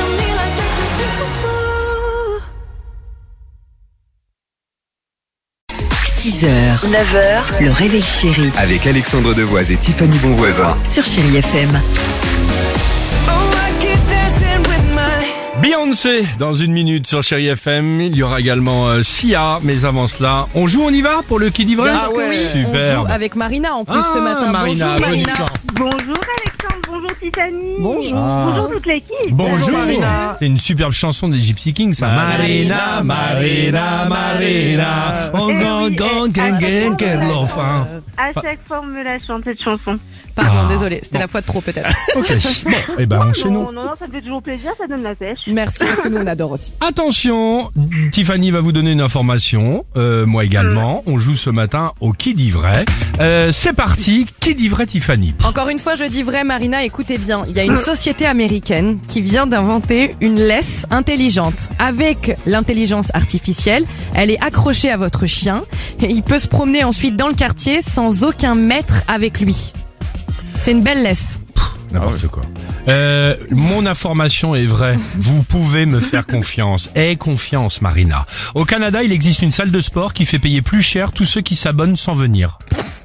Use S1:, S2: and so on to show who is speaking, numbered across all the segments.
S1: on me like we could do. Ooh.
S2: 6h, 9h, le réveil chéri
S3: Avec Alexandre Devoise et Tiffany Bonvoisin.
S2: sur Chérie FM.
S4: Beyoncé dans une minute sur Chéri FM. Il y aura également euh, Sia, mais avant cela, on joue, on y va pour le qui dit vrai Ah
S5: Bien sûr que oui,
S4: Super.
S5: on joue avec Marina en plus
S4: Ah,
S5: ce matin.
S4: Marina,
S5: bonjour
S4: bonne
S5: Marina.
S4: chance.
S6: Bonjour Alexandre, bonjour Tiffany.
S5: Bonjour.
S4: Ah.
S6: Bonjour toute l'équipe.
S4: Bonjour
S5: Marina.
S4: C'est une superbe chanson des Gypsy Kings, ça.
S5: Marina,
S4: Marina, Marina. On
S6: Eh
S4: gon-
S6: oui,
S4: gon-
S6: eh,
S4: gon-
S6: eh,
S4: gon- gon- love, hein.
S6: À chaque fois, on me la chante cette chanson.
S5: Pardon,
S4: Ah.
S5: désolé, c'était la fois de trop peut-être.
S4: Ok. Bon, eh ben enchaînons.
S6: Non, non, non, ça me fait toujours plaisir, ça donne la pêche.
S5: Merci parce que nous on adore aussi.
S4: Attention, Tiffany va vous donner une information, euh, moi également. On joue ce matin au qui dit vrai. Euh, c'est parti, qui dit vrai Tiffany
S5: Encore une fois, je dis vrai Marina, écoutez bien, il y a une société américaine qui vient d'inventer une laisse intelligente. Avec l'intelligence artificielle, elle est accrochée à votre chien et il peut se promener ensuite dans le quartier sans aucun maître avec lui. C'est une belle laisse. Ah
S4: N'importe quoi. Euh, mon information est vraie. Vous pouvez me faire confiance. Aie confiance, Marina. Au Canada, il existe une salle de sport qui fait payer plus cher tous ceux qui s'abonnent sans venir.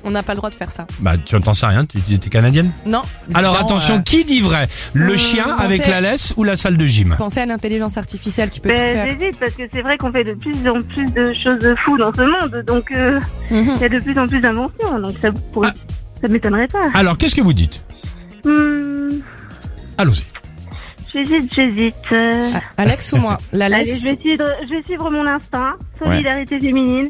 S5: On n'a pas le droit de faire ça.
S4: Bah, tu n'entends ça rien, tu es canadienne
S5: Non.
S4: Alors
S5: Sinon,
S4: attention,
S5: euh,
S4: qui dit vrai Le chien
S5: pensez-
S4: avec la laisse ou la salle de gym
S5: pensez à l'intelligence artificielle qui peut tout
S6: Ben,
S5: faire.
S6: J'hésite parce que c'est vrai qu'on fait de plus en plus de choses de fous dans ce monde, donc euh,
S5: Mhm.
S6: il y a de plus en plus d'inventions, hein, donc ça pourrait-
S4: Ah.
S6: ça m'étonnerait pas.
S4: Alors, qu'est-ce que vous dites
S6: Hmm,
S4: Allons-y.
S6: j'hésite, j'hésite. Euh,
S5: Ah, Alex ou moi La
S6: allez, je
S5: laisse
S6: vais, suivre, je vais suivre mon instinct. Solidarité féminine.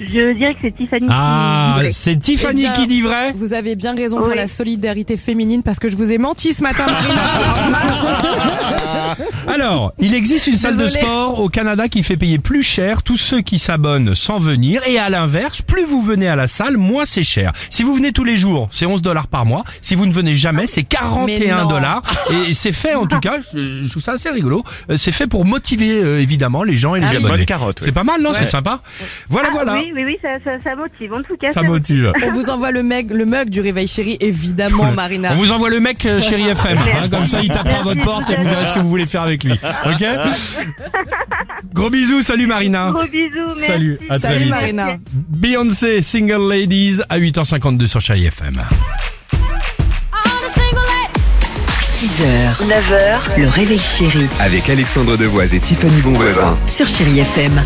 S6: Je dirais que c'est Tiffany. qui-
S4: Ah, c'est Tiffany
S5: Eh bien-
S4: qui dit vrai
S5: Vous avez bien raison pour
S6: Oui.
S5: la solidarité féminine parce que je vous ai menti ce matin, Marina.
S4: Alors, il existe une salle de
S5: Désolée.
S4: sport au Canada qui fait payer plus cher tous ceux qui s'abonnent sans venir. Et à l'inverse, plus vous venez à la salle, moins c'est cher. Si vous venez tous les jours, c'est 11 dollars par mois. Si vous ne venez jamais, c'est 41
S5: non.
S4: dollars. Et c'est fait, en tout cas, je, je trouve ça assez rigolo. Euh, C'est fait pour motiver, euh, évidemment, les gens et les
S5: Ah oui.
S4: abonnés.
S7: Bonne carotte, oui.
S4: C'est pas mal, non? C'est sympa. Voilà,
S6: Ah,
S4: voilà.
S6: Oui, oui, oui, ça, ça, ça motive. En tout cas,
S4: Ça motive.
S5: On vous envoie le mug, le mug du réveil chéri, évidemment, Marina.
S4: On vous envoie le mec euh, chéri FM. hein, comme ça, il tapera à votre porte et vous verrez ce que vous voulez faire avec lui. Ok? Gros bisous, salut Marina.
S6: Gros bisous, merci.
S4: Salut, à très
S5: Salut
S4: vite.
S5: Marina.
S4: Beyoncé, Single Ladies, à 8h52 sur Chai FM.
S1: On a single lady.
S2: 6h, 9h, le réveil chéri
S3: Avec Alexandre Devoise et Tiffany Bonvoisin.
S2: sur Chérie FM.